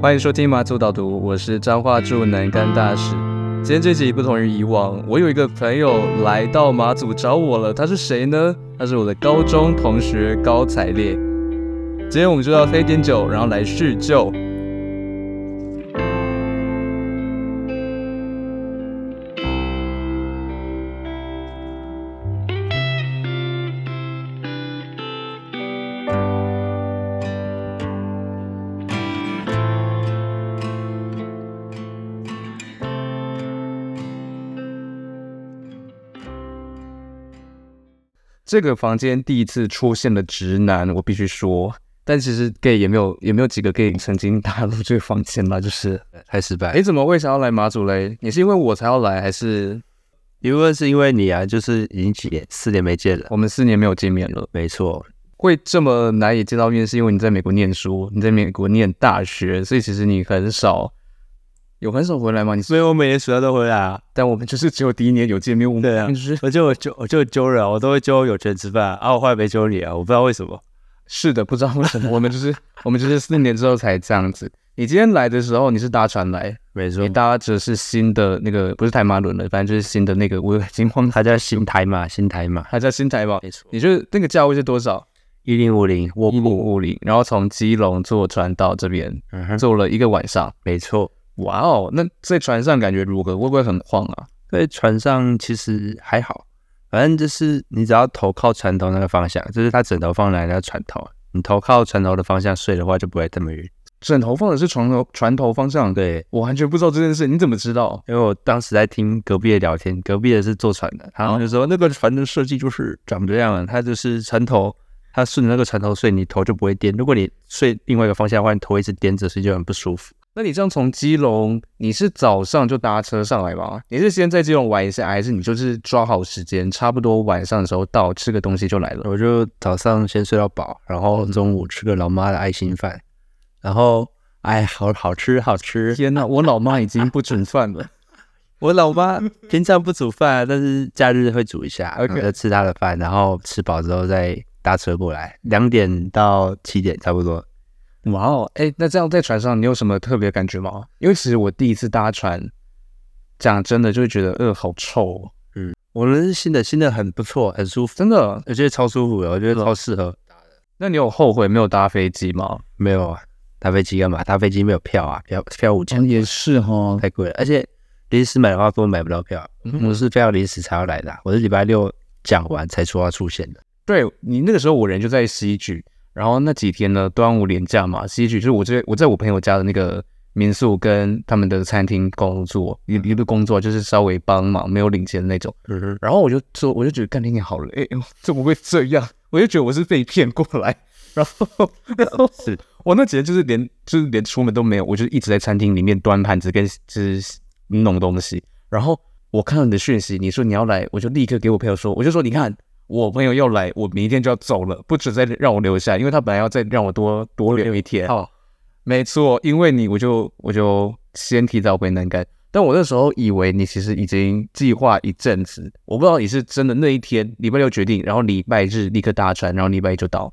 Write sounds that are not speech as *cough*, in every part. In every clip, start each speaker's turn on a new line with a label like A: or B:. A: 欢迎收听马祖导读，我是彰化驻南干大使。今天这集不同于以往，我有一个朋友来到马祖找我了，他是谁呢？他是我的高中同学高才烈。今天我们就要喝一点酒，然后来叙旧。这个房间第一次出现了直男，我必须说，但其实 gay 也没有也没有几个 gay 曾经踏入这个房间啦，就是
B: 太失败。
A: 你怎么会想要来马祖嘞？你是因为我才要来，还是
B: 一部分是因为你啊，就是已经几年四年没见了，
A: 我们四年没有见面了？
B: 没错，
A: 会这么难以见到面，是因为你在美国念书，你在美国念大学，所以其实你很少有很少回来嘛。你
B: 所以我每年暑假都回来啊。
A: 但我们就是只有第一年有见面，我们
B: 对啊
A: 就是
B: 而且我就我就揪人啊，我都会揪有权吃饭啊，我后来没揪你啊，我不知道为什么。
A: 是的，不知道为什么，我们就是我们就是四年之后才这样子。你今天来的时候，你是搭船来，
B: 没错
A: 你，搭着是新的那个，不是台马轮了，反正就是新的那个，我已经忘了，
B: 他叫新台马，新台马，
A: 还在新台吧？
B: 没错，
A: 你觉得那个价位是多少？
B: 一零五零卧铺，
A: 五零，然后从基隆坐船到这边，
B: 嗯哼，
A: 坐了一个晚上。
B: 没错。
A: 哇哦，那在船上感觉如何？会不会很晃啊？
B: 在船上其实还好，反正就是你只要头靠船头那个方向，就是他枕头放在那个船头，你头靠船头的方向睡的话就不会这么晕。
A: 枕头放的是床头船头方向，
B: 对，
A: 我完全不知道这件事，你怎么知道？
B: 因为我当时在听隔壁的聊天，隔壁的是坐船的，
A: 啊
B: 然后就说那个船的设计就是长这样，它就是船头，它顺着那个船头睡，你头就不会颠。如果你睡另外一个方向的话，你头一直颠着睡就很不舒服。
A: 那你这样从基隆，你是早上就搭车上来吗？你是先在基隆玩一下，还是你就是抓好时间，差不多晚上的时候到，吃个东西就来了？
B: 我就早上先睡到饱，然后中午吃个老妈的爱心饭，然后哎，好好吃好吃。
A: 天哪，我老妈已经不准饭
B: *laughs*
A: 了。
B: 我老妈 *laughs* 平常不煮饭，但是假日会煮一下
A: OK
B: 然后就吃她的饭，然后吃饱之后再搭车过来，两点到七点差不多。
A: 哇哦，哎，那这样在船上你有什么特别的感觉吗？因为其实我第一次搭船，讲真的就会觉得，呃，好臭、哦，
B: 嗯我们是新的，新的很不错，很舒服，
A: 真的。嗯
B: 我觉得超舒服的，我觉得超适合。
A: 那你有后悔没有搭飞机吗？
B: 没有啊，搭飞机干嘛？搭飞机没有票啊，票票五千、
A: 哦也是哈，
B: 太贵了，而且临时买的话根本买不到票，
A: 嗯
B: 我是非要临时才要来的啊、我是礼拜六讲完才说要出现的。
A: 对你那个时候，我人就在西举，然后那几天呢，端午连假嘛，西举就是我这我在我朋友家的那个民宿跟他们的餐厅工作，也也不是工作，就是稍微帮忙，没有领钱的那种。
B: 嗯哼，
A: 然后我就说，我就觉得干天也好累，哎怎么会这样？我就觉得我是被骗过来。然
B: *laughs*
A: 后，然后
B: 是
A: 我那几天就是连就是连出门都没有，我就一直在餐厅里面端盘子跟就是弄东西。然后我看到你的讯息，你说你要来，我就立刻给我朋友说，我就说你看我朋友要来，我明天就要走了，不准再让我留下，因为他本来要再让我多多留一天。
B: 哦，
A: *laughs* 没错，因为你我就我就先提早回南干，但我那时候以为你其实已经计划一阵子，我不知道你是真的那一天礼拜六决定，然后礼拜日立刻搭船，然后礼拜一就到，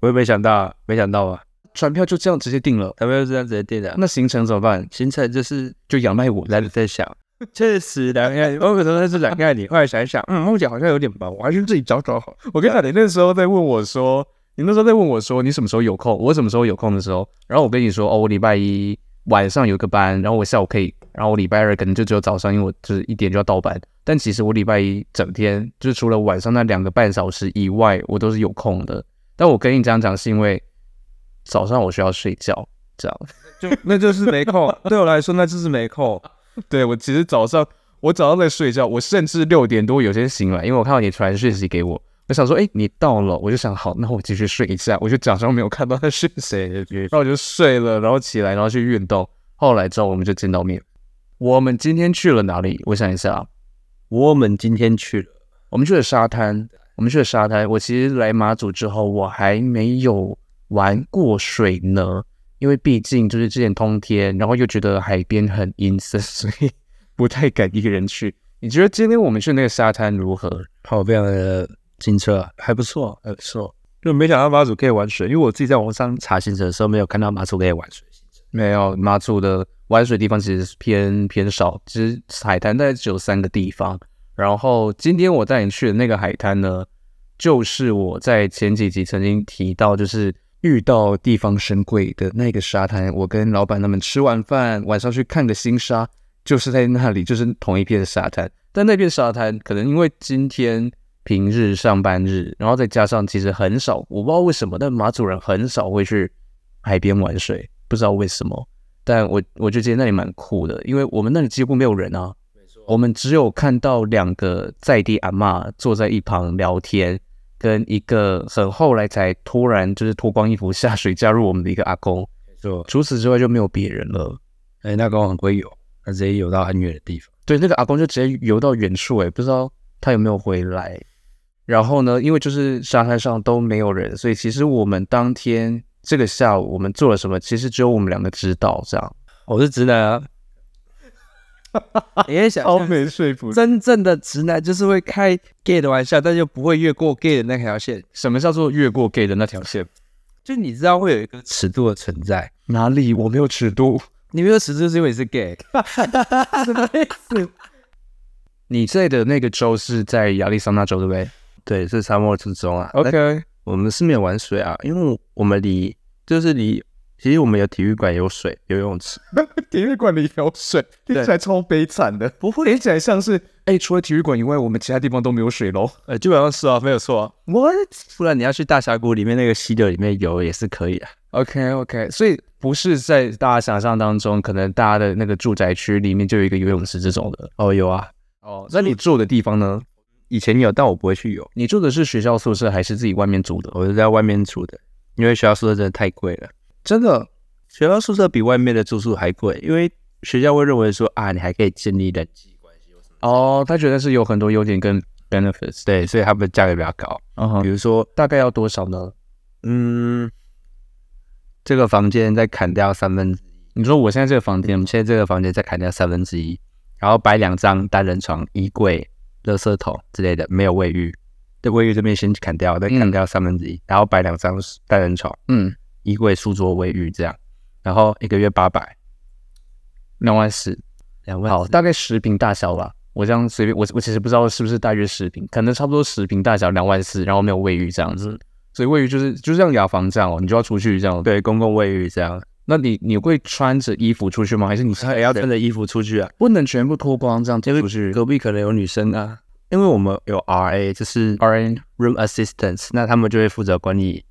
B: 我也没想到啊，没想到啊，
A: 船票就这样直接定了。
B: 他们就这样直接定的啊。
A: 那行程怎么办？
B: 行程就是
A: 就仰赖我
B: 来的
A: *laughs*
B: 在想，确实两个人，我可能是两个人，你后来想一想，嗯，我讲好像有点忙，我还是自己找找好。
A: 我跟你讲，你那时候在问我说，你那时候在问我说你什么时候有空，我什么时候有空的时候，然后我跟你说，哦，我礼拜一晚上有个班，然后我下午可以，然后我礼拜二可能就只有早上，因为我就是一点就要到班。但其实我礼拜一整天，就是除了晚上那两个半小时以外，我都是有空的。但我跟你这样讲，是因为早上我需要睡觉，这 *laughs* 样。
B: 就那就是没空，对我来说那就是没空。
A: 对我其实早上我早上在睡觉，我甚至六点多有些醒来，因为我看到你传讯息给我，我想说，哎、你到了，我就想好，那我继续睡一下，我就假装没有看到他讯息，
B: 对，对
A: 然后我就睡了，然后起来，然后去运动，后来之后我们就见到面。我们今天去了哪里？我想一下啊，
B: 我们今天去了，
A: 我们去了沙滩，我们去了沙滩。我其实来马祖之后，我还没有玩过水呢，因为毕竟就是之前通天，然后又觉得海边很阴森，所以不太敢一个人去。你觉得今天我们去那个沙滩如何？
B: 好，非常的清澈啊，还不错，还不错。就没想到马祖可以玩水，因为我自己在网上查行程的时候没有看到马祖可以玩水。
A: 没有，马祖的玩水地方其实是偏偏少，其实海滩大概只有三个地方。然后今天我带你去的那个海滩呢，就是我在前几集曾经提到，就是遇到地方神鬼的那个沙滩。我跟老板他们吃完饭，晚上去看个新沙，就是在那里，就是同一片沙滩。但那片沙滩可能因为今天平日上班日，然后再加上其实很少，我不知道为什么，但马祖人很少会去海边玩水，不知道为什么。但我我就觉得那里蛮酷的，因为我们那里几乎没有人啊，我们只有看到两个在地阿嬷坐在一旁聊天，跟一个很后来才突然就是脱光衣服下水加入我们的一个阿公，
B: 就
A: 除此之外就没有别人了。
B: 哎、那个很会游，他直接游到很远的地方。
A: 对，那个阿公就直接游到远处，哎，不知道他有没有回来。然后呢，因为就是沙滩上都没有人，所以其实我们当天这个下午我们做了什么，其实只有我们两个知道。这样，
B: 我是直男啊， *laughs* 你也想象
A: 没说服
B: 真正的直男就是会开 gay 的玩笑，但又不会越过 gay 的那条线。
A: 什么叫做越过 gay 的那条线？
B: 就你知道会有一个尺度的存在，
A: 哪里我没有尺度？
B: 你没有尺度是因为你是 gay。
A: 你在的那个州是在亚利桑那州，对不对
B: 对，是沙漠之中啊。但
A: ？OK，
B: 我们是没有玩水啊，因为我们离就是离，其实我们有体育馆有水游泳池，
A: 体育馆里有水，听
B: 起
A: 来超悲惨的。不会，听起来像是哎、除了体育馆以外，我们其他地方都没有水喽。
B: 呃，基本上是啊，没有错啊。What？不然你要去大峡谷里面那个溪流里面游也是可以啊。
A: OK OK，所以不是在大家想象当中，可能大家的那个住宅区里面就有一个游泳池这种的。
B: 哦，有啊，
A: 哦，那你住的地方呢？
B: 以前有，但我不会去游，
A: 你住的是学校宿舍还是自己外面租的？
B: 我是在外面住的，因为学校宿舍真的太贵了。
A: 真的
B: 学校宿舍比外面的住宿还贵，因为学校会认为说啊，你还可以建立人际关系，
A: 哦，他觉得是有很多优点跟 benefits。
B: 对，所以他们价格比较高。
A: 嗯哼，
B: 比如说，
A: 大概要多少呢？
B: 嗯，这个房间再砍掉三分之一，
A: 你说我现在这个房
B: 我
A: 间
B: 们现在这个房间再砍掉三分之一，然后摆两张单人床、衣柜、垃圾桶之类的，没有卫浴，对，卫浴这边先砍掉，再砍掉三分之一，然后摆两张单人床、
A: 嗯，
B: 衣柜、书桌、卫浴这样，然后一个月八百，
A: 两万四，
B: 两
A: 好，
B: 好，
A: 大概十平大小吧。我这样随便，我我其实不知道是不是大约十平，可能差不多十平大小，两万四，然后没有卫浴这样
B: 嗯
A: 子，所以卫浴就是就像雅房这样哦，你就要出去这样。，
B: 对，公共卫浴这样，
A: 那你你会穿着衣服出去吗？还是你
B: 也要穿着衣服出去啊，
A: 不能全部脱光这样出去
B: 隔壁可能有女生啊，因为我们有 RA，就是
A: ？R N
B: room assistants，那他们就会负责管理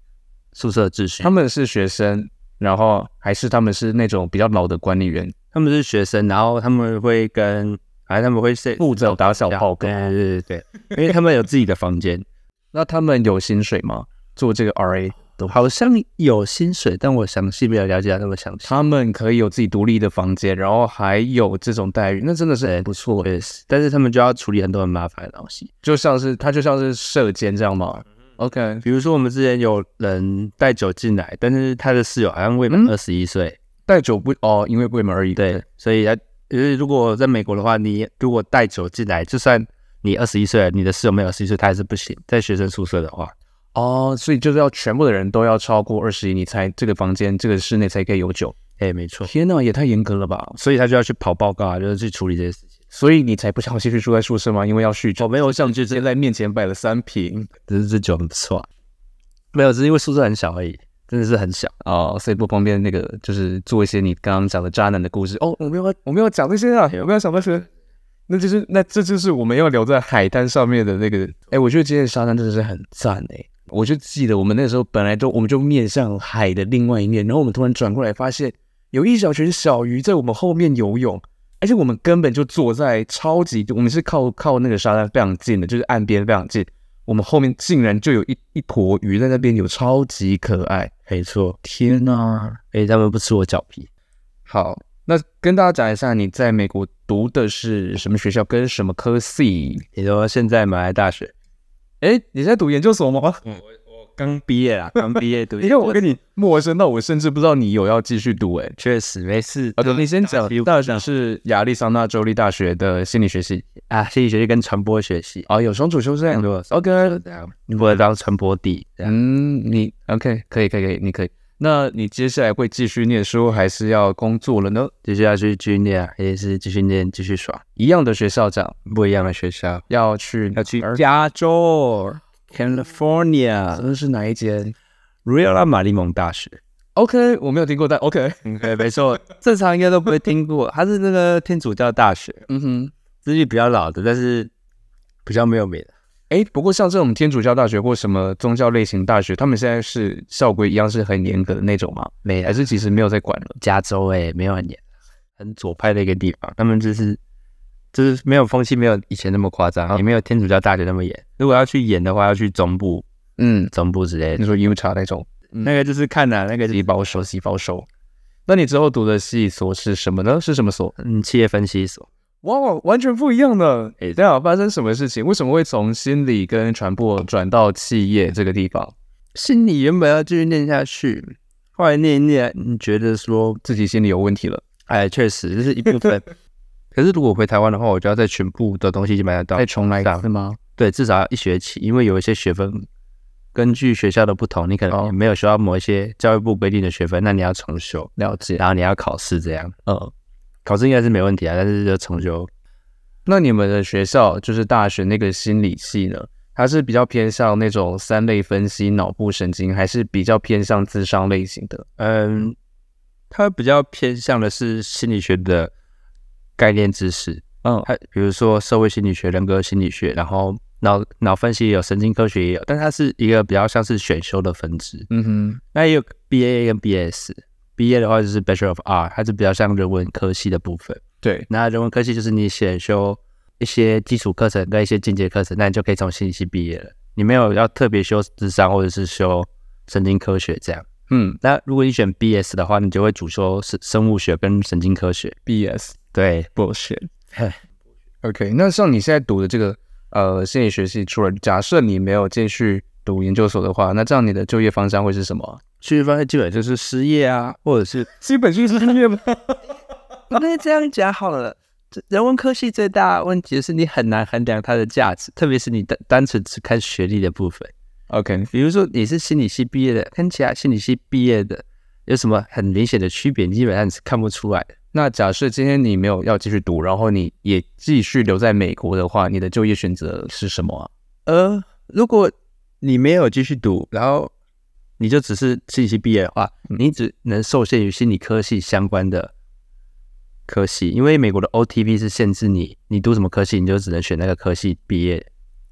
B: 宿舍秩序。
A: 他们是学生，然后还是他们是那种比较老的管理员，
B: 他们是学生，然后他们会跟，反正他们会是
A: 负责打扫炮
B: 对
A: 跟。
B: 对对对对，因为他们有自己的房间，
A: 那他们有薪水吗？做这个 R A，
B: *laughs* 好像有薪水，但我详细没有了解到那么详细。
A: 他们可以有自己独立的房间，然后还有这种待遇，那真的是很不错
B: 我也是，但是他们就要处理很多很麻烦的东西，
A: 就像是它就像是射箭这样嘛。OK，
B: 比如说我们之前有人带酒进来，但是他的室友好像未满
A: 嗯
B: 二十一岁，
A: 带酒不哦，因为贵门而已。
B: 对，所以他就是如果在美国的话，你如果带酒进来，就算你二十一岁了，你的室友没有二十一岁，他还是不行。在学生宿舍的话，
A: 哦，所以就是要全部的人都要超过二十一，你才这个房间这个室内才可以有酒。
B: 哎、没错，
A: 天哪，也太严格了吧！
B: 所以他就要去跑报告啊，就是去处理这些事情。
A: 所以你才不想继续住在宿舍吗？因为要酗酒。
B: 我没有像就
A: 直接
B: 这，
A: 在面前摆了三瓶
B: 只是这酒很不错、啊，没有，只是因为宿舍很小而已，真的是很小。
A: 哦，所以不方便那个就是做一些你刚刚讲的渣男的故事哦。我没有要，我没有讲这些啊，我没有想那些。那就是那这就是我们要留在海滩上面的那个。哎，我觉得今天的沙滩真的是很赞哎、我就记得我们那时候本来都我们就面向海的另外一面，然后我们突然转过来发现有一小群小鱼在我们后面游泳，而且我们根本就坐在超级，我们是靠靠那个沙滩非常近的，就是岸边非常近。我们后面竟然就有一一坨鱼在那边游，超级可爱。
B: 没错，
A: 天呐！
B: 而且他们不吃我脚皮。
A: 好，那跟大家讲一下，你在美国读的是什么学校，跟什么科系？
B: 你说现在马来大学，
A: 哎，你在读研究所吗？ *laughs*
B: 刚毕业啦，刚毕业读，
A: 因为我跟你陌生到我甚至不知道你有要继续读、诶
B: 确实没事。
A: 哎，你先讲，大学是亚利桑那州立大学的心理学系，
B: 啊，心理学系跟传播学系，
A: 哦，有双主修
B: 很
A: 生。
B: 多
A: OK，
B: 这样，我当传播帝这样。
A: 嗯，你 OK，可以，可以，可以，你可以。那你接下来会继续念书，还是要工作了呢？
B: 继续下去继续念啊，也是继续念继续耍，
A: 一样的学校长
B: 不一样的学校，
A: 要去
B: 要去
A: 哪儿
B: 加州 California
A: 真的是哪一间
B: 如要拉玛丽蒙大学。嗯
A: ？OK，我没有听过，但
B: *laughs*
A: OK，
B: 对，没错，正常应该都不会听过，它是那个天主教大学，
A: 嗯哼。
B: 资历比较老的，但是比较没有名的。
A: 哎，不过像这种天主教大学或什么宗教类型大学，他们现在是校规一样是很严格的那种吗？
B: 没
A: 还
B: 来自
A: 是其实没有在管了？
B: 加州哎、没有很严，很左派的一个地方，他们就是就是没有风气，没有以前那么夸张，也没有天主教大学那么严。如果要去演的话，要去中部、
A: 嗯，
B: 中部之类
A: 你
B: 的，嗯
A: 说 Utah 那种
B: 那个就是看呐、那个就是
A: 极保守，极保守。那你之后读的系所是什么呢？是什么所？
B: 嗯企业分析所。
A: 哇，完全不一样的！
B: 诶
A: 等一下发生什么事情？为什么会从心理跟传播转到企业这个地方？
B: 心理原本要继续念下去，后来念一念，你觉得说
A: 自己心里有问题了。
B: 哎，确实这是一部分。可是如果回台湾的话，我就要在全部的东西就买得到，
A: 再重来一
B: 上
A: 次吗？
B: 对，至少要一学期，因为有一些学分根据学校的不同，你可
A: 哦
B: 能没有学到某一些教育部规定的学分，那你要重修，
A: 了解。
B: 然后你要考试这样。
A: 嗯，
B: 考试应该是没问题啊，但是就重修。
A: 那你们的学校就是大学那个心理系呢？它是比较偏向那种三类分析、脑部神经，还是比较偏向智商类型的？
B: 嗯，它比较偏向的是心理学的概念知识，
A: 嗯
B: 它比如说社会心理学、人格心理学，然后脑脑分析也有，神经科学也有，但它是一个比较像是选修的分支。
A: 嗯哼，
B: 那也有 BA 跟 BS。BA 的话就是 Bachelor of Art，它是比较像人文科系的部分。
A: 对，
B: 那人文科系就是你选修一些基础课程跟一些进阶课程，那你就可以从心理系毕业了。你没有要特别修智商或者是修神经科学这样。
A: 嗯
B: 那如果你选 BS 的话，你就会主修生生物学跟神经科学。
A: ，BS
B: 对，
A: *laughs* bullshit 。OK，那像你现在读的这个呃心理学系，除了假设你没有继续读研究所的话，那这样你的就业方向会是什么啊？
B: 去发现基本就是失业啊，或者是
A: 基本就是音乐吗？
B: 那这样讲好了，这人文科系最大的问题是你很难衡量它的价值，特别是你单单纯只看学历的部分。
A: OK，
B: 比如说你是心理系毕业的，跟其他心理系毕业的有什么很明显的区别，你基本上是看不出来的。
A: 那假设今天你没有要继续读，然后你也继续留在美国的话，你的就业选择是什么啊？
B: 呃，如果你没有继续读，然后你就只是心理系毕业的话，你只能受限于心理科系相关的科系，因为美国的 OTP 是限制你，你读什么科系，你就只能选那个科系毕业。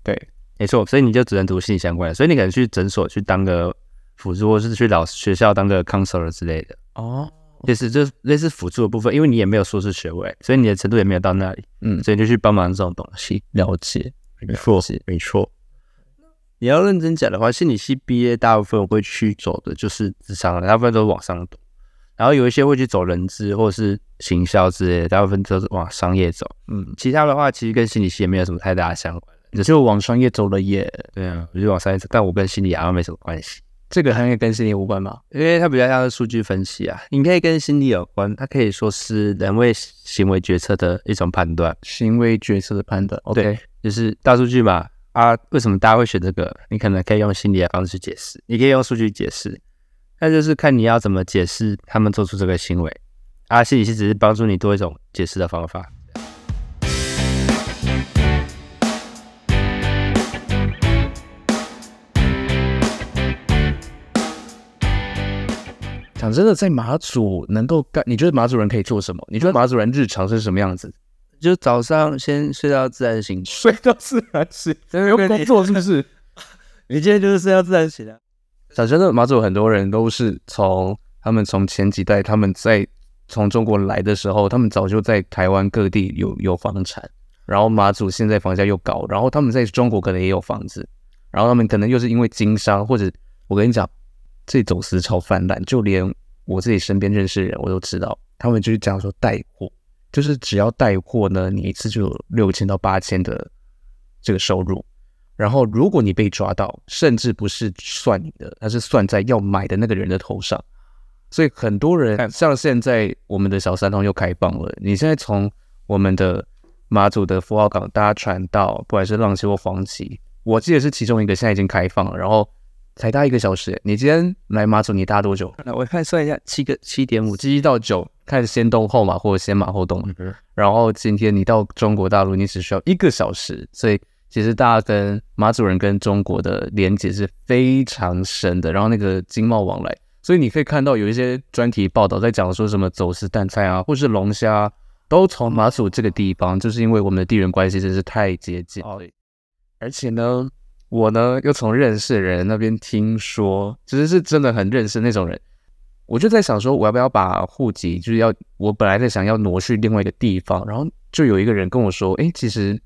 A: 对，
B: 没错，所以你就只能读心理相关的，所以你可能去诊所去当个辅助，或是去老师学校当个 counselor 之类的，
A: 哦，
B: 类似就是类似辅助的部分，因为你也没有硕士学位，所以你的程度也没有到那里，
A: 嗯
B: 所以你就去帮忙这种东西。
A: 了解。
B: 没错，没错。你要认真讲的话，心理系毕业大部分会去走的就是职场了，大部分都是往上走，然后有一些会去走人资或是行销之类的，大部分都是往商业走。
A: 嗯，
B: 其他的话，其实跟心理系也没有什么太大的相关。
A: 你就往商业走了耶，
B: 对啊，我就往商业走，但我跟心理好像没什么关系。
A: 这个行业跟心理无关吗？
B: 因为它比较像是数据分析啊，你可以跟心理有关，它可以说是人为行为决策的一种判断。
A: 行为决策的判断。
B: 对，就是大数据嘛啊，为什么大家会选这个？你可能可以用心理的方式去解释，你可以用数据解释，那就是看你要怎么解释他们做出这个行为。啊，心理系只是帮助你多一种解释的方法。
A: 讲真的，在马祖能够干，你觉得马主人可以做什么？你觉得马主人日常是什么样子？
B: 就早上先睡到自然醒，
A: 睡到自然 *laughs* 醒，有工作是不是？
B: 你今天就是睡到自然醒的、啊
A: 讲真的，马祖很多人都是从他们从前几代他们在从中国来的时候，他们早就在台湾各地有有房产，然后马祖现在房价又高，然后他们在中国可能也有房子，然后他们可能又是因为经商或者我跟你讲，这种思潮泛滥，就连我自己身边认识的人我都知道，他们就是讲说带货，就是只要带货呢，你一次就有六千到八千的这个收入，然后如果你被抓到，甚至不是算你的，它是算在要买的那个人的头上。所以很多人像现在我们的小三通又开放了，你现在从我们的马祖的福澳港搭船到不管是浪溪或黄岐，我记得是其中一个现在已经开放了，然后才搭一个小时。你今天来马祖，你搭多久？
B: 那我看算一下，七个七点五，嗯
A: 七到九，看先动后马或者先马后动。然后今天你到中国大陆，你只需要一个小时，所以其实大家跟马祖人跟中国的连接是非常深的，然后那个经贸往来，所以你可以看到有一些专题报道在讲说什么走私蛋菜啊，或是龙虾啊、都从马祖这个地方，就是因为我们的地缘关系真是太接近。
B: 哦，
A: 而且呢，我呢又从认识的人那边听说，其实是真的很认识那种人。我就在想说，我要不要把户籍，就是要我本来在想要挪去另外一个地方，然后就有一个人跟我说，诶，其实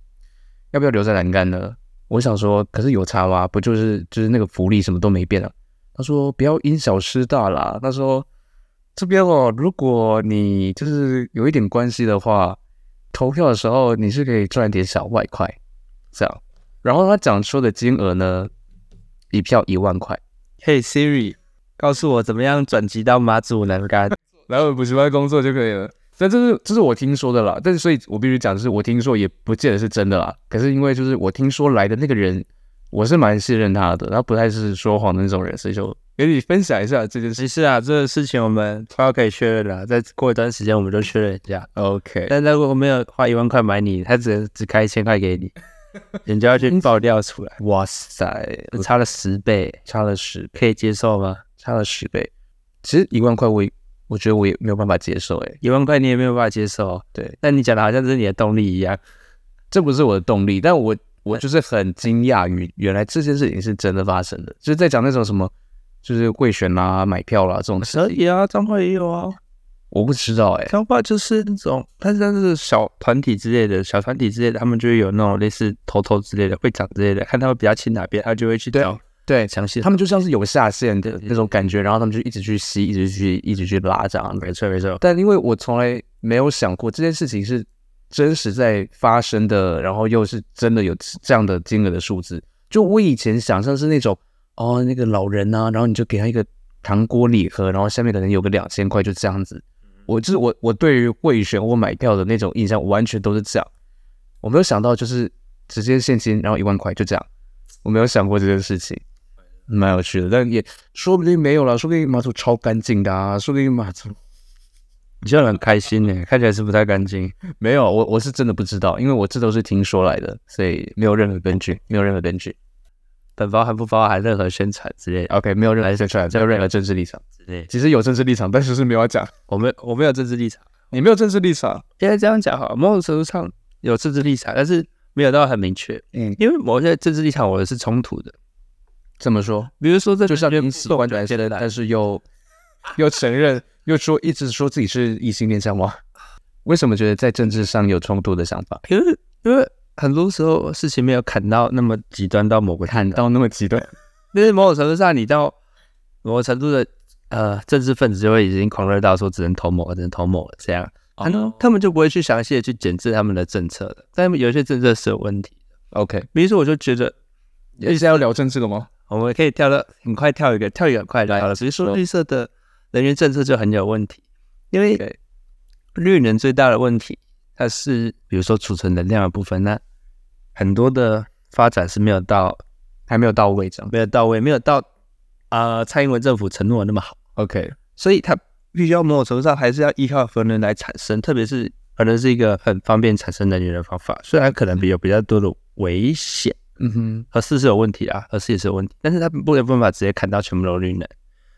A: 要不要留在栏杆呢？我想说，可是有差吗？不就是就是那个福利什么都没变啊？他说不要因小失大啦。他说这边哦，如果你就是有一点关系的话，投票的时候你是可以赚点小外快，这样。然后他讲出的金额呢，一票一万块。
B: 嘿 Siri，告诉我怎么样转籍到马祖栏
A: *laughs*
B: 杆？
A: 来我们补习班工作就可以了。但这是这是我听说的啦，但是所以我必须讲，就是我听说也不见得是真的啦。可是因为就是我听说来的那个人，我是蛮信任他的，他不太是说谎的那种人，所以就给你分享一下这件事。
B: 没事啊，这个事情我们快要可以确认了，啊再过一段时间我们就确认一下。
A: OK，
B: 但如果没有花一万块买你，他只能只开一千块
A: *laughs*
B: 给你，人家要去爆料出来，
A: 哇塞，
B: 差了十倍，
A: 差了十
B: 可以接受吗？
A: 差了十倍。其实一万块我也我觉得我也没有办法接受、欸，诶，
B: 一万块你也没有办法接受，
A: 对，
B: 但你讲的好像这是你的动力一样。
A: 这不是我的动力，但我我就是很惊讶于原来这件事情是真的发生的，就是在讲那种什么就是贿选啦、买票啦这种事，
B: 可以啊，彰化也有啊，
A: 我不知道诶、欸
B: 彰化就是那种，但是但是小团体之类的，小团体之类的，他们就会有那种类似头头之类的、会长之类的，看他们比较亲哪边，他就会去
A: 对
B: 找
A: 对，
B: 详细的。
A: 他们就像是有下限的
B: 对
A: 那种感觉，然后他们就一直去吸，一直去，一直去拉这样。
B: 没错没错，
A: 但因为我从来没有想过这件事情是真实在发生的，然后又是真的有这样的金额的数字。就我以前想象是那种哦，那个老人啊，然后你就给他一个糖果礼盒，然后下面可能有个两千块，就这样子。我就是我我对于贿选或买票的那种印象，完全都是这样。我没有想到就是直接现金，然后一万块就这样，我没有想过这件事情。蛮有趣的，但也说不定没有了，说不定马祖超干净的啊，说不定马 *laughs* 祖
B: 你就很开心呢，看起来是不太干净。
A: 没有，我我是真的不知道，因为我这都是听说来的，所以没有任何根据，没有任何根据。
B: 本包含不包含任何宣传之类的
A: OK，没有任何宣传，没有任何政治立场。
B: 之类的。
A: 其实有政治立场，但是是没有要讲。
B: 我没我没有政治立场，
A: 你没有政治立场，
B: 应该这样讲哈，某种程度上有政治立场，但是没有到很明确，
A: 嗯，
B: 因为某些政治立场我是冲突的，
A: 怎么说？
B: 比如说这
A: 就像
B: 边
A: 你喜欢男生，但是又又承认，又说一直说自己是异性恋，这样吗？为什么觉得在政治上有冲突的想法？
B: 因为因为很多时候事情没有砍到那么极端到某个
A: 看
B: 看到，
A: 到那么极端，
B: 但是某种程度上你到某个程度的呃政治分子就会已经狂热到说只能投某个，只能投某个这样，他们、
A: 哦
B: 他们就不会去详细的去检视他们的政策的，但有一些政策是有问题的，
A: OK，
B: 比如说我就觉得
A: 现在要聊政治了吗？
B: 我们可以跳到很快跳一个，跳一个很快就好了。只是说绿色的能源政策就很有问题，因为
A: OK
B: 绿能最大的问题，它是比如说储存能量的部分，那很多的发展是没有到
A: 还没有到位，这样
B: 没有到位，没有到啊、呃蔡英文政府承诺的那么好，
A: OK，
B: 所以它必须要某种程度上还是要依靠核能来产生，特别是核能是一个很方便产生能源的方法，虽然可能比有比较多的危险。
A: 嗯哼。
B: 核四是有问题啊，核四也是有问题，但是他不有办法直接砍到全部都绿能，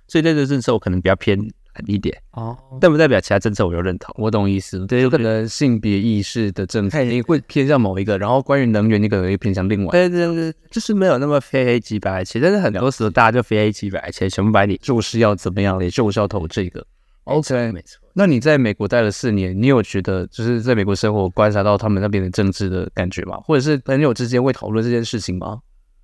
B: 所以在这政策我可能比较偏狠一点，
A: 哦，
B: 但不代表其他政策我又认同。
A: 我懂意思。对，有可能性别意识的政策
B: 哎
A: 你会偏向某一个，然后关于能源你可能会偏向另外。
B: 对对对，就是没有那么非黑即白切，但是很多时候大家就非黑即白切，全部把你
A: 就是要怎么样嘞？就是要投这个。OK，
B: 没错。
A: 那你在美国待了四年，你有觉得就是在美国生活观察到他们那边的政治的感觉吗？或者是朋友之间会讨论这件事情吗？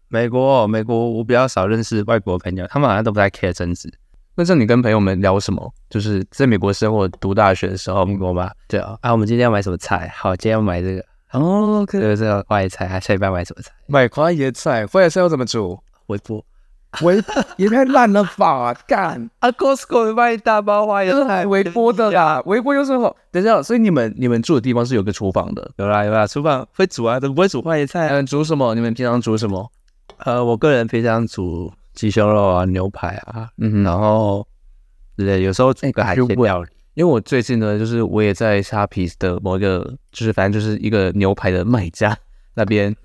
B: 美国、哦，美国我比较少认识外国朋友，他们好像都不太 care 政治。
A: 那像你跟朋友们聊什么？就是在美国生活读大学的时候，
B: 美国吧，
A: 对啊。
B: 啊，我们今天要买什么菜？好，今天要买这个，
A: 哦，OK，
B: 这个这个外菜，啊，下一半买什么菜？
A: 买花椰菜，花椰菜要怎么煮？
B: 微波
A: 我也太烂了吧！ *laughs* 干，
B: 啊，Costco 卖一大包花椰菜，
A: 微波的啦，微波有什么好？等一下，所以你们你们住的地方是有个厨房的。
B: 有啦有啦，厨房
A: 呃
B: 会煮啊，怎么不会煮花椰菜啊？
A: 嗯，煮什么？你们平常煮什么？
B: 呃，我个人非常煮鸡胸肉啊、牛排啊，
A: 嗯哼，
B: 然后对哎有时候煮个海鲜
A: 如果
B: 料理。
A: 因为我最近呢，就是我也在虾皮的某一个，就是反正就是一个牛排的卖家那边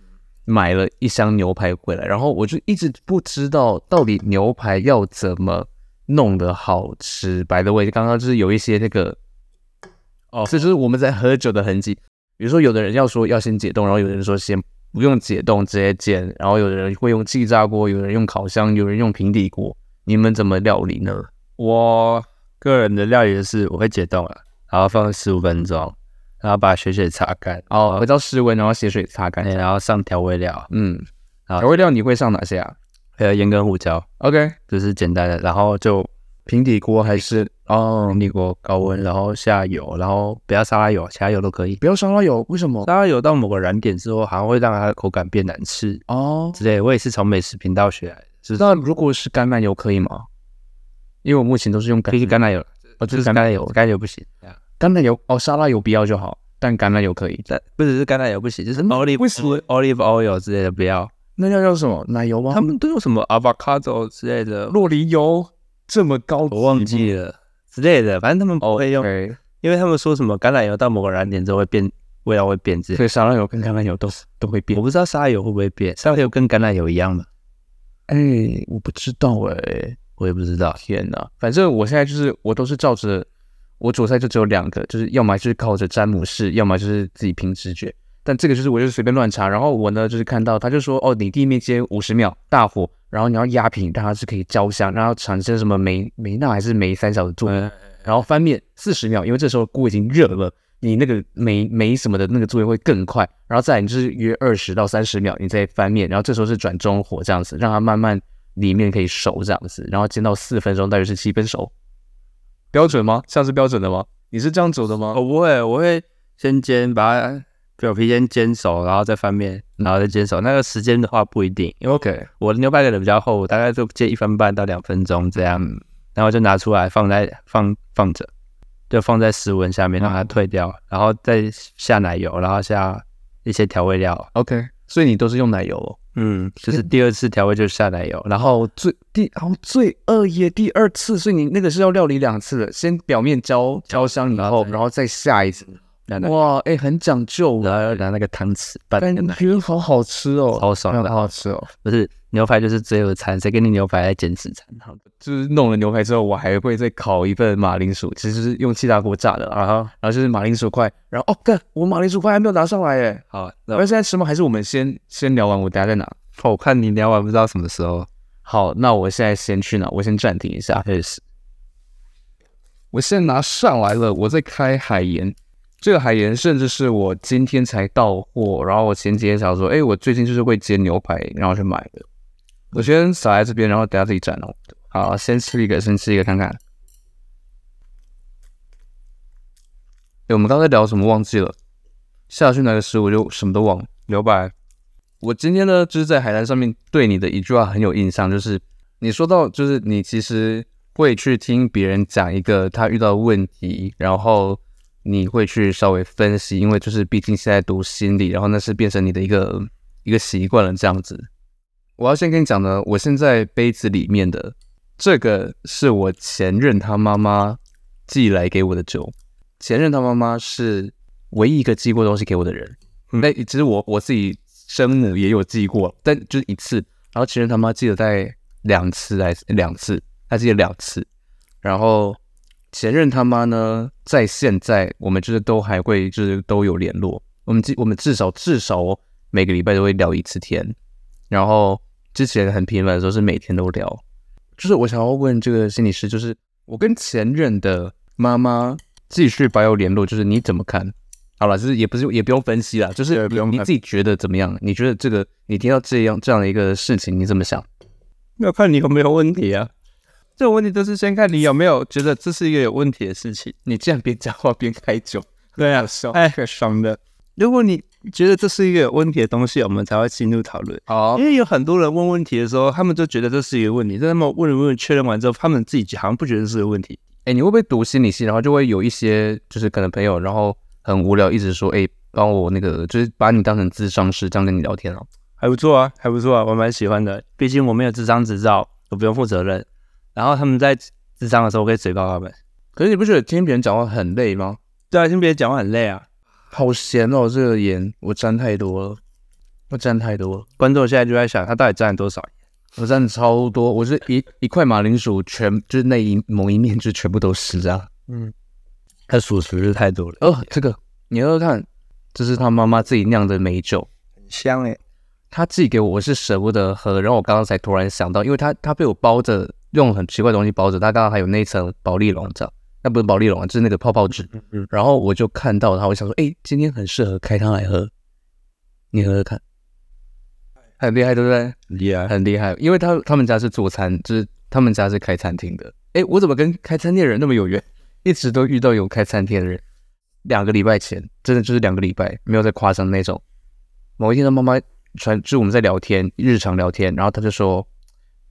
A: 买了一箱牛排回来，然后我就一直不知道到底牛排要怎么弄得好吃。白的味，刚刚就是有一些那个，
B: 哦
A: 这就是我们在喝酒的痕迹。比如说，有的人要说要先解冻，然后有的人说先不用解冻直接煎，然后有的人会用气炸锅，有人用烤箱，有人用平底锅。你们怎么料理呢？
B: 我个人的料理就是我会解冻了，然后放十五分钟，然后把血水擦干，
A: 哦，回到室温，然后血水擦干
B: 哎，。然后上调味料，
A: 嗯，
B: 好
A: 调味料你会上哪些啊
B: 还有盐跟胡椒，
A: ？OK，
B: 就是简单的，然后就
A: 平底锅还是哦？
B: 立锅高温，然后下油，然后不要沙拉油，其他油都可以。
A: 不要烧到油，为什么？
B: 沙拉油到某个燃点之后，好像会让它的口感变难吃
A: 哦，
B: 之类。我也是从美食频道学来的，就是
A: 那如果是橄榄油可以吗？因为我目前都是用橄
B: 就是橄榄油，
A: 哦，
B: 就
A: 就是是
B: 橄
A: 橄
B: 榄油，橄榄油不行，
A: 橄榄油哦，沙拉油不要就好，但橄榄油可以。
B: 但不只是橄榄油不行，就是 olive
A: 为什么
B: olive oil 之类的不要。
A: 那要用什么？奶油吗
B: 他？们都用什么 avocado 之类的，
A: 洛梨油这么高级，
B: 我忘记了哦之类的，反正他们不会用，
A: 对，
B: 因为他们说什么橄榄油到某个燃点之后会变味道会变质。
A: 所以沙拉油跟橄榄油都都会变
B: 我。不知道沙拉油会不会变，沙拉油跟橄榄油一样吗？
A: 哎，我不知道哎、
B: 我也不知道。
A: 天呐，反正我现在就是我都是照着我主菜就只有两个，就是要么就是靠着詹姆士，要么就是自己凭直觉。但这个就是我就是随便乱查，然后我呢就是看到他就说哦，你地面煎五十秒大火，然后你要压平，让它是可以焦香，让它产生什么梅梅纳还是梅三小的作用，然后翻面四十秒，因为这时候锅已经热了。你那个梅梅什么的那个作用会更快，然后再来你就是约二十到三十秒，你再翻面，然后这时候是转中火这样子，让它慢慢里面可以熟这样子，然后煎到四分钟，大约是七分熟，标准吗？像是标准的吗？你是这样走的吗？
B: 我哦不会，我会先煎，把它表皮先煎熟，然后再翻面，然后再煎熟。那个时间的话不一定，因为
A: OK，
B: 我的牛排可能比较厚，我大概就煎一分半到两分钟这样，然后就拿出来放在放放着，就放在室温下面让它退掉，然后再下奶油，然后下一些调味料。
A: OK，所以你都是用奶油、哦。
B: 嗯，就是第二次调味就是下奶油，然后
A: 哦，最第哦罪恶也第二次，所以你那个是要料理两次的，先表面焦焦香以
B: 然后
A: 后，
B: 再
A: 然后再下一次。
B: 拿那
A: 哇，哎、很讲究，
B: 然后拿那个汤匙拌那
A: 感
B: 个奶，
A: 觉好好吃哦，
B: 超爽的
A: 好好吃哦。
B: 不是牛排就是自由餐，谁给你牛排来减脂餐？
A: 就是弄了牛排之后，我还会再烤一份马铃薯，其实是用气炸锅炸的啊，
B: 然后
A: 然后就是马铃薯块，然后哦，干，我马铃薯块还没有拿上来哎，
B: 好，那
A: 那现在吃吗？还是我们先先聊完，我等下再拿？
B: 我看你聊完不知道什么时候。
A: 好，那我现在先去拿，我先暂停一下。
B: 确实，
A: 我现在拿上来了，我在开海盐。这个海盐甚至是我今天才到货，然后我前几天想说，哎，我最近就是会煎牛排，然后去买的。我先撒在这边，然后等下自己蘸哦。好，先吃一个，先吃一个看看。哎，我们刚才聊什么忘记了？下去拿个食物就什么都忘了。
B: 牛排
A: 我今天呢，就是在海南上面对你的一句话很有印象，就是你说到，就是你其实会去听别人讲一个他遇到的问题，然后你会去稍微分析，因为就是毕竟现在读心理，然后那是变成你的一个一个习惯了这样子。我要先跟你讲呢，我现在杯子里面的这个是我前任他妈妈寄来给我的酒，前任他妈妈是唯一一个寄过东西给我的人。
B: 嗯
A: 那其实我我自己生母也有寄过，但就是一次。然后其实他妈寄了大概两次还是两次，他寄了两次。然后前任他妈呢，在现在我们就是都还会就是都有联络，我们至我们至少至少哦每个礼拜都会聊一次天。然后之前很频繁的时候是每天都聊。就是我想要问这个心理师，就是我跟前任的妈妈继续保有联络，就是你怎么看？好了，就是也不是也不用分析了，就是
B: 对不用
A: 你你
B: 看
A: 自己觉得怎么样？你觉得这个你听到这样这样的一个事情，你怎么想？
B: 要看你有没有问题啊。这种问题都是先看你有没有觉得这是一个有问题的事情。
A: 你竟然边讲话边开酒，
B: 对啊，哎，爽的。如果你觉得这是一个有问题的东西，我们才会进入讨论。
A: 好
B: 因为有很多人问问题的时候，他们就觉得这是一个问题，但他们问了问了确认完之后，他们自己好像不觉得这是个问题。
A: 哎、你会不会读心理系，然后就会有一些就是可能朋友，然后很无聊，一直说，哎、帮我那个，就是把你当成智商师这样跟你聊天啊？
B: 还不错啊，还不错啊，我蛮喜欢的。毕竟我没有智商执照，我不用负责任。然后他们在智商的时候，我可以嘴爆他们。
A: 可是你不觉得听别人讲话很累吗？
B: 对啊，听别人讲话很累啊。
A: 好咸哦，这个盐我沾太多了，我沾太多了，
B: 观众现在就在想，他到底占了多少？
A: 我沾超多，我是一一块马铃薯全就是那一某一面就全部都是啊。
B: 他属实是太多了，
A: 哦，这个你喝喝看，这是他妈妈自己酿的美酒，
B: 很香哎、
A: 他寄给我，我是舍不得喝，然后我刚刚才突然想到，因为他他被我包着，用很奇怪的东西包着，他刚刚还有那一层保丽龙，这样，那不是保丽龙啊，就是那个泡泡纸。
B: 嗯
A: 然后我就看到它，我想说，哎、今天很适合开它来喝，你喝喝看，很厉害，对不对？
B: 很厉害。
A: 很厉害，因为他他们家是做餐，就是他们家是开餐厅的。哎、我怎么跟开餐厅的人那么有缘？一直都遇到有开餐厅的人。两个礼拜前，真的就是两个礼拜，没有在夸张那种。某一天，他妈妈传，就是我们在聊天，日常聊天，然后他就说，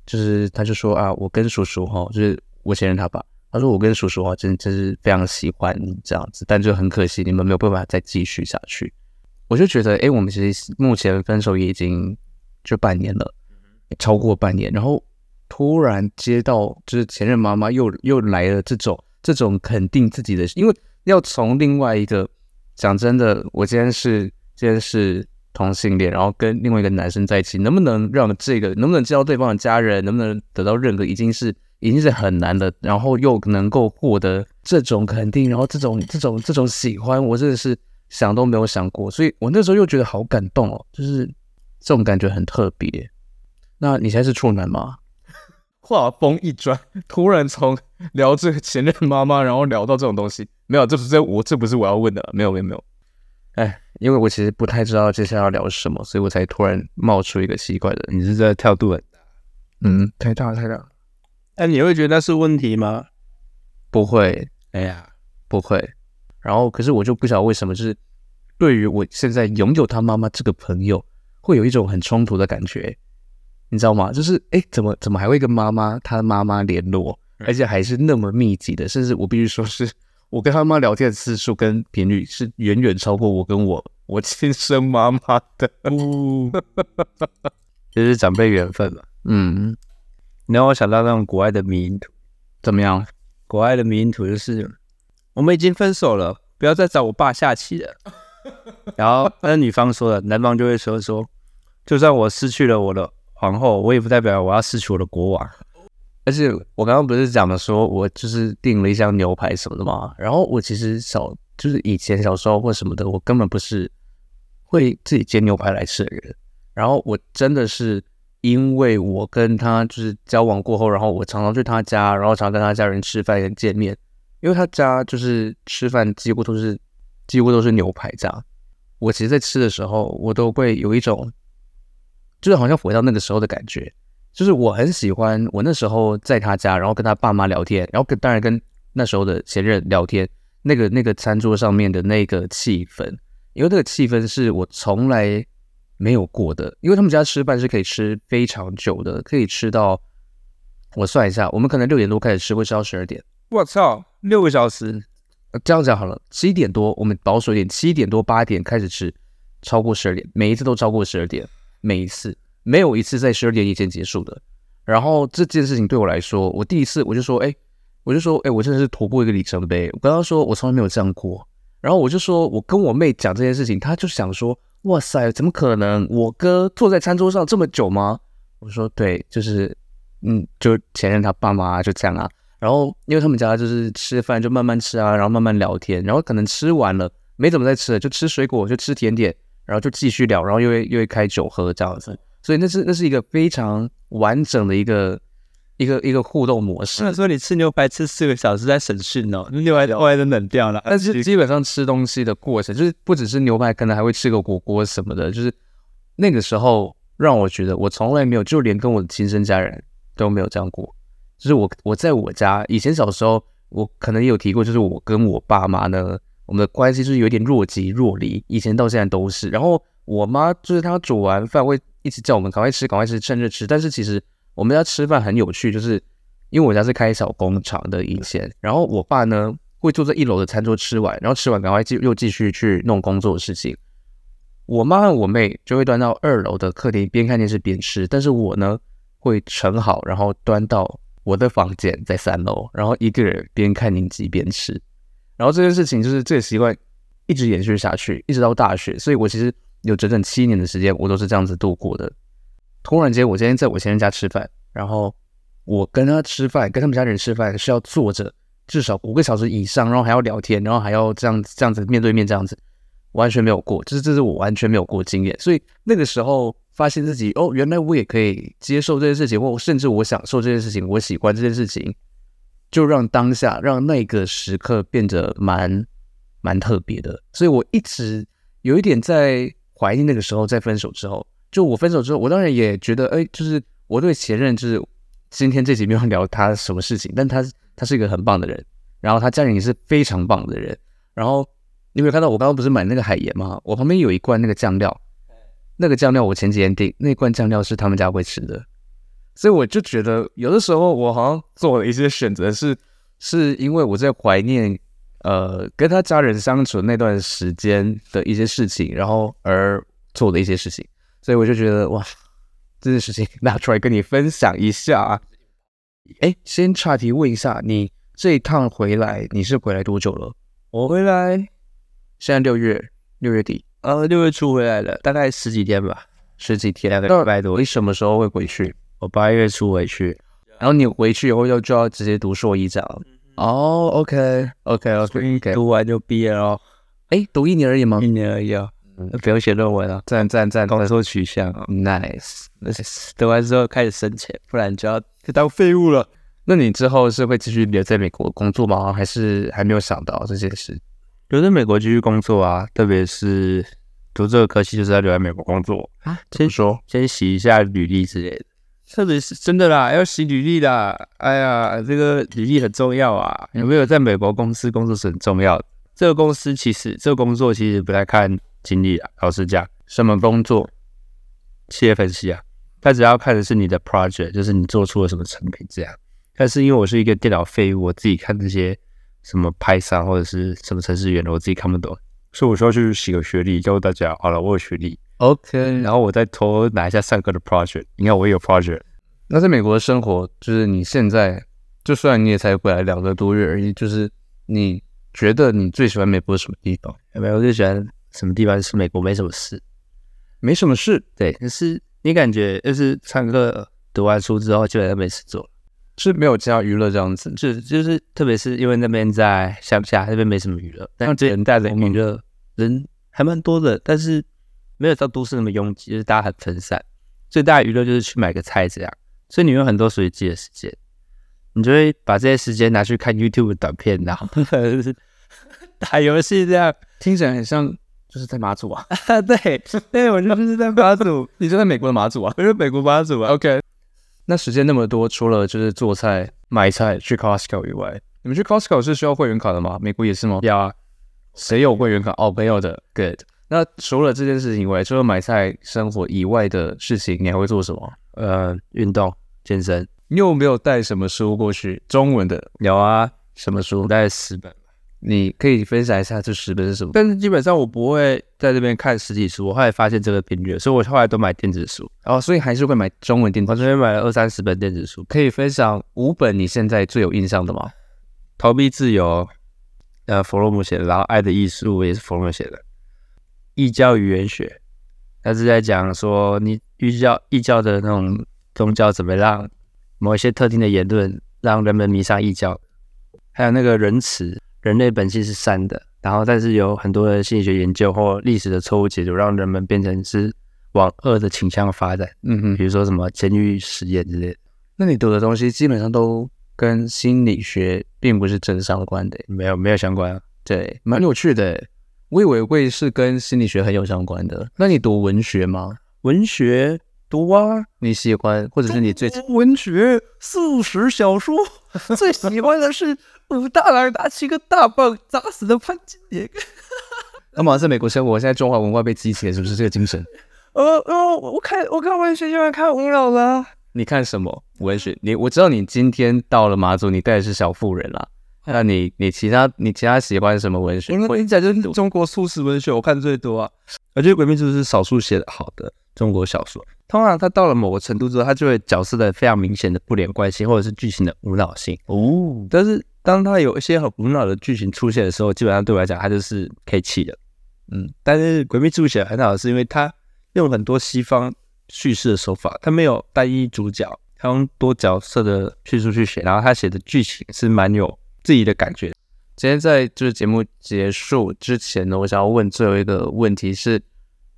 A: 就是他就说啊，我跟叔叔哈，就是我先认他吧。他说我跟叔叔哈，真真是非常喜欢你这样子，但就很可惜，你们没有办法再继续下去。我就觉得，哎、我们其实目前分手也已经就半年了。超过半年，然后突然接到就是前任妈妈又又来了这种这种肯定自己的，因为要从另外一个讲真的，我今天是今天是同性恋，然后跟另外一个男生在一起，能不能让这个能不能见到对方的家人，能不能得到认可，已经是已经是很难的，然后又能够获得这种肯定，然后这种这种这种喜欢，我真的是想都没有想过，所以我那时候又觉得好感动哦，就是这种感觉很特别。那你现在是处男 *laughs* 吗？话锋一转，突然从聊这个前任妈妈，然后聊到这种东西，没有，这不是我，这不是我要问的，没有，没有，没有。哎，因为我其实不太知道接下来要聊什么，所以我才突然冒出一个奇怪的，
B: 你是这跳度很大，
A: 嗯，太大了太大了，
B: 那、哎你会觉得那是问题吗？
A: 不会，
B: 哎呀，
A: 不会。然后，可是我就不晓得为什么，就是对于我现在拥有他妈妈这个朋友，会有一种很冲突的感觉，你知道吗？就是哎，怎么怎么还会跟妈妈他妈妈联络，
B: 嗯
A: 而且还是那么密集的，甚至我必须说是我跟他妈聊天的次数跟频率是远远超过我跟我 *laughs* 我亲生妈妈的。 *laughs*
B: 呜，这是长辈缘分嘛。
A: 嗯，
B: 你让我想到那种国外的迷因图，
A: 怎么样？
B: 国外的迷因图就是我们已经分手了，不要再找我爸下棋了。 *laughs* 然后那女方说了，男方就会说说，就算我失去了我的皇后，我也不代表我要失去我的国王。
A: 而且我刚刚不是讲了说，我就是订了一箱牛排什么的嘛。然后我其实小就是以前小时候或什么的，我根本不是会自己煎牛排来吃的人。然后我真的是因为我跟他就是交往过后，然后我常常去他家，然后常跟他家人吃饭跟见面，因为他家就是吃饭几乎都是几乎都是牛排这样。我其实，在吃的时候，我都会有一种就是好像回到那个时候的感觉。就是我很喜欢我那时候在他家，然后跟他爸妈聊天，然后跟当然跟那时候的前任聊天，那个那个餐桌上面的那个气氛，因为那个气氛是我从来没有过的，因为他们家吃饭是可以吃非常久的，可以吃到我算一下，我们可能六点多开始吃，会吃到十二点。
B: 我操，六个小时，
A: 呃这样讲好了，七点多我们保守一点，七点多八点开始吃，超过十二点，每一次都超过十二点，每一次没有一次在十二点以前结束的。然后这件事情对我来说，我第一次我就说，哎，我就说，哎，我真的是突破一个里程碑。我刚刚说我从来没有这样过，然后我就说我跟我妹讲这件事情，她就想说，哇塞，怎么可能？我哥坐在餐桌上这么久吗？我说对，就是，嗯，就前任他爸妈就这样啊。然后因为他们家就是吃饭就慢慢吃啊，然后慢慢聊天，然后可能吃完了没怎么再吃了，就吃水果，就吃甜点，然后就继续聊，然后又会又会开酒喝这样子，所以那是那是一个非常完整的一个一个一个互动模式。
B: 那说你吃牛排吃四个小时在审讯哦，那牛排后来都冷掉了。啊
A: 但是基本上吃东西的过程，就是不只是牛排，可能还会吃个火锅什么的。就是那个时候让我觉得，我从来没有，就连跟我的亲生家人都没有这样过。就是我我在我家以前小时候，我可能也有提过，就是我跟我爸妈呢，我们的关系就是有点若即若离，以前到现在都是。然后我妈就是她煮完饭会一直叫我们赶快吃，赶快吃，趁热吃。但是其实我们家吃饭很有趣，就是因为我家是开小工厂的以前，然后我爸呢会坐在一楼的餐桌吃完，然后吃完赶快继又继续去弄工作的事情。我妈和我妹就会端到二楼的客厅边看电视边吃，但是我呢，会盛好，然后端到我的房间在三楼，然后一个人边看影集边吃。然后这件事情就是这个习惯一直延续下去，一直到大学，所以我其实有整整七年的时间，我都是这样子度过的。突然间，我今天在我先生家吃饭，然后我跟他吃饭，跟他们家人吃饭是要坐着至少五个小时以上，然后还要聊天，然后还要这样子这样子面对面这样子，完全没有过，就是这是我完全没有过经验。所以那个时候发现自己哦，原来我也可以接受这件事情，或甚至我享受这件事情，我喜欢这件事情，就让当下让那个时刻变得蛮蛮特别的。所以我一直有一点在怀念那个时候，在分手之后，就我分手之后，我当然也觉得，哎，就是我对前任，就是今天这集没有聊他什么事情，但他他是一个很棒的人，然后他家人也是非常棒的人，然后你有没有看到我刚刚不是买那个海盐吗？我旁边有一罐那个酱料，那个酱料我前几天订，那罐酱料是他们家会吃的，所以我就觉得有的时候我好像做了一些选择是，是因为我在怀念呃跟他家人相处那段时间的一些事情，然后而做的一些事情，所以我就觉得哇，这件事情拿出来跟你分享一下啊。哎，先岔题问一下，你这一趟回来你是回来多久了？
B: 我回来，
A: 现在六月六月底，
B: 呃，六月初回来了，大概十几天吧，
A: 十几天，
B: 两个
A: 那
B: 礼拜多
A: 你。什么时候会回去？
B: 我八月初回去，嗯
A: 然后你回去以后要就要直接读硕一这样。哦，OK OK OK OK，
B: 读完就毕业了，
A: 哎，读一年而已吗
B: 一？年而已啊，不用写论文啊，
A: 赞赞赞
B: 工作取向啊，
A: ，nice。
B: 读完之后开始生钱，不然就要当废物了。
A: 那你之后是会继续留在美国工作吗？还是还没有想到这件事？
B: 留在美国继续工作啊，特别是读这个科系就是要留在美国工作，
A: 啊，
B: 怎么
A: 说
B: 先洗一下履历之类的。特别是真的啦，要洗履历啦。哎呀，这个履历很重要啊。有没有在美国公司工作是很重要的。这个公司其实这个工作其实不太看经历啊，老实讲，
A: 什么工作？
B: 企业分析啊，它只要看的是你的 project，就是你做出了什么成品这样。但是因为我是一个电脑废物，我自己看这些什么 Python 或者是什么程序员的，我自己看不懂，所以我需要去洗个学历，告诉大家，好了，我有学历，
A: OK，
B: 然后我再偷拿一下上课的 project，你看我也有 project，
A: 那在美国的生活，就是你现在，就算你也才回来两个多月而已，就是你觉得你最喜欢美国什么地方？
B: 有没有？我就喜欢什么地方是美国没什么事，
A: 没什么事，
B: 对，就是你感觉就是上课读完书之后基本上没事做，
A: 是没有其他娱乐这样子。
B: 就就是特别是因为那边在乡下，那边没什么娱乐，但这
A: 人带来吗
B: 娱乐人还蛮多的，但是没有到都市那么拥挤，就是大家很分散。最大的娱乐就是去买个菜这样，所以你有很多属于自己的时间，你就会把这些时间拿去看 YouTube 的短片，然后 *laughs* 打游戏这样。
A: 听起来很像就是在马祖啊，
B: *laughs* 对，对我就是在马祖，
A: 你就在美国的马祖 *laughs* 啊。
B: 我是美国马祖啊。
A: OK，那时间那么多，除了就是做菜、买菜、去 Costco 以外，你们去 Costco 是需要会员卡的吗？美国也是吗？
B: 要啊，
A: 谁有会员卡？哦，没有的。Good。那除了这件事情以外，除了买菜、生活以外的事情，你还会做什么？
B: 呃，运动健身
A: 你有没有带什么书过去？中文的
B: 有啊，
A: 什么书？
B: 大概十本。
A: 你可以分享一下这十本是什么？
B: 但是基本上我不会在这边看实体书，我后来发现这个频率，所以我后来都买电子书。
A: 哦，所以还是会买中文电
B: 我
A: 子
B: 这
A: 书。
B: 边买了二三十本电子书，
A: 可以分享五本你现在最有印象的吗？
B: 逃避自由》，呃，弗洛姆写的，然后《爱的艺术》也是弗洛姆写的，《异教语言学》，它是在讲说你异教异教的那种宗教怎么让某一些特定的言论让人们迷上异教，还有那个仁慈，人类本性是善的，然后但是有很多的心理学研究或历史的错误解读，让人们变成是往恶的倾向发展，
A: 嗯哼，
B: 比如说什么监狱实验之类的，
A: 那你读的东西基本上都跟心理学并不是正相关的耶，
B: 没有没有相关、啊。
A: 对，蛮有趣的耶。我以为会是跟心理学很有相关的。那你读文学吗？
B: 文学读啊，
A: 你喜欢，或者是你最
B: 中国文学、素食小说，最喜欢的是武大郎拿起一个大棒砸死了潘金莲。 *laughs*
A: 那马上在美国生活，现在中华文化被激起了，是不是这个精神？
B: *laughs* 呃呃，我看我看文学就爱看吴老啦。
A: 你看什么文学？你我知道你今天到了马祖，你带的是小妇人啦。那你你其他你其他喜欢什么文学？
B: 我跟你讲，就是中国素食文学，我看最多啊。我觉得《鬼灭之刃》是少数写的好的中国小说，通常它到了某个程度之后，它就会角色的非常明显的不连贯性，或者是剧情的无脑性。
A: 哦，
B: 但是当它有一些很无脑的剧情出现的时候，基本上对我来讲，它就是可以弃的。
A: 嗯，
B: 但是《鬼灭之刃》写的很好，是因为它用很多西方叙事的手法，它没有单一主角，它用多角色的叙述去写，然后它写的剧情是蛮有自己的感觉的。
A: 今天在就是节目结束之前呢，我想要问最后一个问题是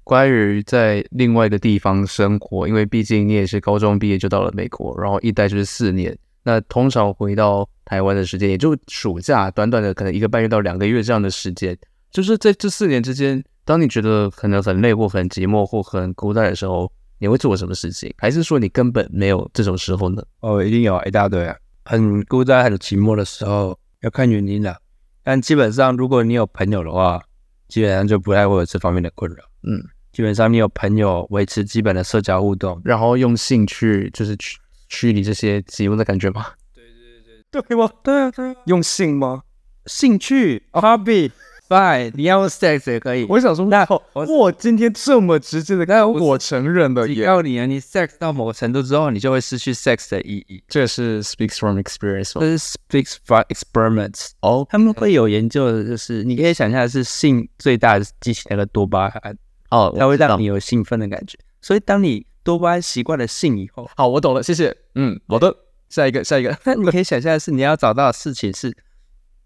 A: 关于在另外一个地方生活，因为毕竟你也是高中毕业就到了美国，然后一待就是四年。那通常回到台湾的时间，也就暑假短短的可能一个半月到两个月这样的时间，就是在这四年之间，当你觉得可能很累或很寂寞或很孤单的时候，你会做什么事情？还是说你根本没有这种时候呢？
B: 哦，一定有啊一大堆啊，很孤单、很寂寞的时候，要看原因啦。但基本上，如果你有朋友的话，基本上就不太会有这方面的困扰。
A: 嗯，
B: 基本上你有朋友维持基本的社交互动，
A: 然后用兴趣就是驱驱离这些寂寞的感觉吗？
B: 对吗？对啊，对啊。
A: 用性吗？
B: 兴趣、hobby，fine，你要用 sex 也可以。
A: 我想说，
B: 那
A: 靠
B: 我
A: 我今天这么直接的，那
B: 不是
A: 我承认了
B: 警
A: 耶，
B: 告你啊，你 sex 到某个程度之后，你就会失去 sex 的意义。
A: 这是 speaks from experience
B: 这
A: 吗
B: 是 speaks for experiments。
A: 哦，
B: 他们会有研究的，就是你可以想象的是性最大的激起那个多巴胺，
A: 哦
B: 它会让你有兴奋的感觉。所以当你多巴胺习惯了性以后，
A: 好，我懂了，谢谢。嗯，好的，下一个，下一个。
B: 那你可以想象的是你要找到的事情是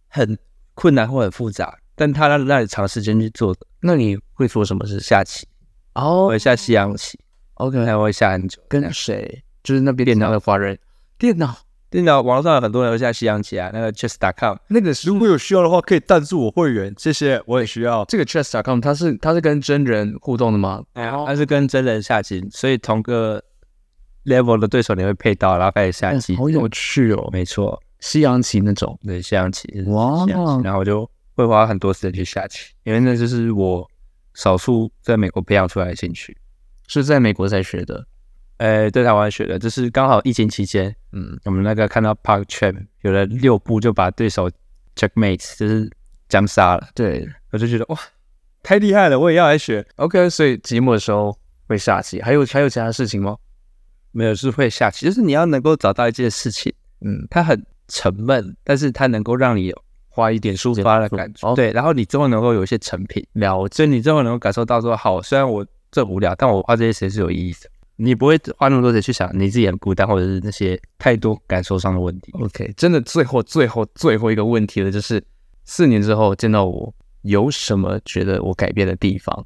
B: 很困难或很复杂，但它让让你长时间去做的。
A: 那你会做什么事？
B: 下棋，我
A: 哦
B: 会下西洋棋，
A: ，OK，
B: 还会下很久。
A: 跟谁？就是那边电脑的华人，电脑
B: 电脑网络上有很多人会下西洋棋啊，那个 chess.com。
A: 那个是
B: 如果有需要的话，可以赞助我会员，谢谢，我也需要。
A: 这个 chess.com，它是它是跟真人互动的吗？
B: 它是跟真人下棋，所以同个 level 的对手你会配到，然后开始下
A: 嗯
B: 棋。
A: 好有趣哦，
B: 没错，
A: 西洋棋那种。
B: 对，西洋棋。
A: 哇哦
B: 西洋棋然后我就会花很多时间去下棋，因为那就是我少数在美国培养出来的兴趣。
A: 是在美国才学的。
B: 呃，在台湾学的，就是刚好疫情期间，
A: 嗯，
B: 我们那个看到 Park Chan 有了六步就把对手 checkmate，就是将杀了，
A: 对。
B: 我就觉得哇，太厉害了，我也要来学。
A: OK，所以寂寞的时候会下棋，还有还有其他事情吗？
B: 没有是会下棋，就是你要能够找到一件事情，
A: 嗯，
B: 它很沉闷，但是它能够让你有
A: 花一点
B: 抒发的感觉，
A: 哦，
B: 对，然后你之后能够有一些成品，
A: 了解。
B: 所以你之后能够感受到说，好，虽然我这无聊，但我花这些时间是有意义的。你不会花那么多时间去想你自己很孤单，或者是那些太多感受上的问题。
A: OK，真的最后最后最后一个问题了，就是四年之后见到我有什么觉得我改变的地方？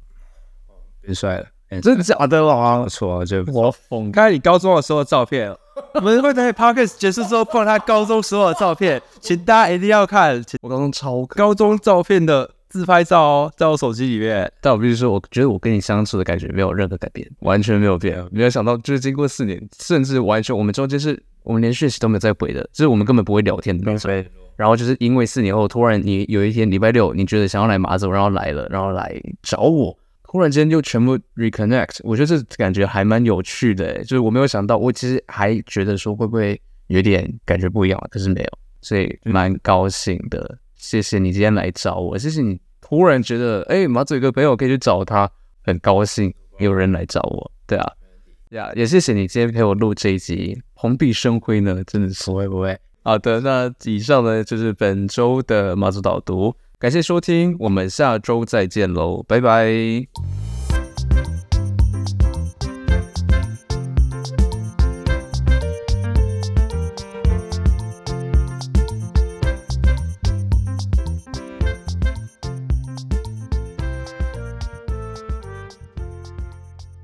B: 变帅了，嗯
A: 真的假的啦
B: 不？错，我觉得。
A: 我疯！
B: 看你高中的时候的照片，我们会在 podcast 结束之后放他高中时候的照片，请大家一定要看，请
A: 我刚刚超可，
B: 高中照片的自拍照哦，在我手机里面。
A: 但我必须说，我觉得我跟你相处的感觉没有任何改变，完全没有变。没有想到，就是经过四年，甚至完全我们中间是我们连讯息都没有再回的，就是我们根本不会聊天的那种。
B: 对，
A: 然后就是因为四年后，突然你有一天礼拜六，你觉得想要来马祖，然后来了，然后来找我，突然间就全部 reconnect，我觉得这感觉还蛮有趣的欸，就是我没有想到，我其实还觉得说会不会有点感觉不一样啊，可是没有，
B: 嗯
A: 所以蛮高兴的。谢谢你今天来找我，谢谢你突然觉得，哎、马祖有个朋友可以去找他，很高兴有人来找我，对啊，呀、也谢谢你今天陪我录这一集，蓬荜生辉呢，真的是
B: 不会不会，
A: 好的，那以上呢就是本周的马祖导读，感谢收听，我们下周再见喽，拜拜。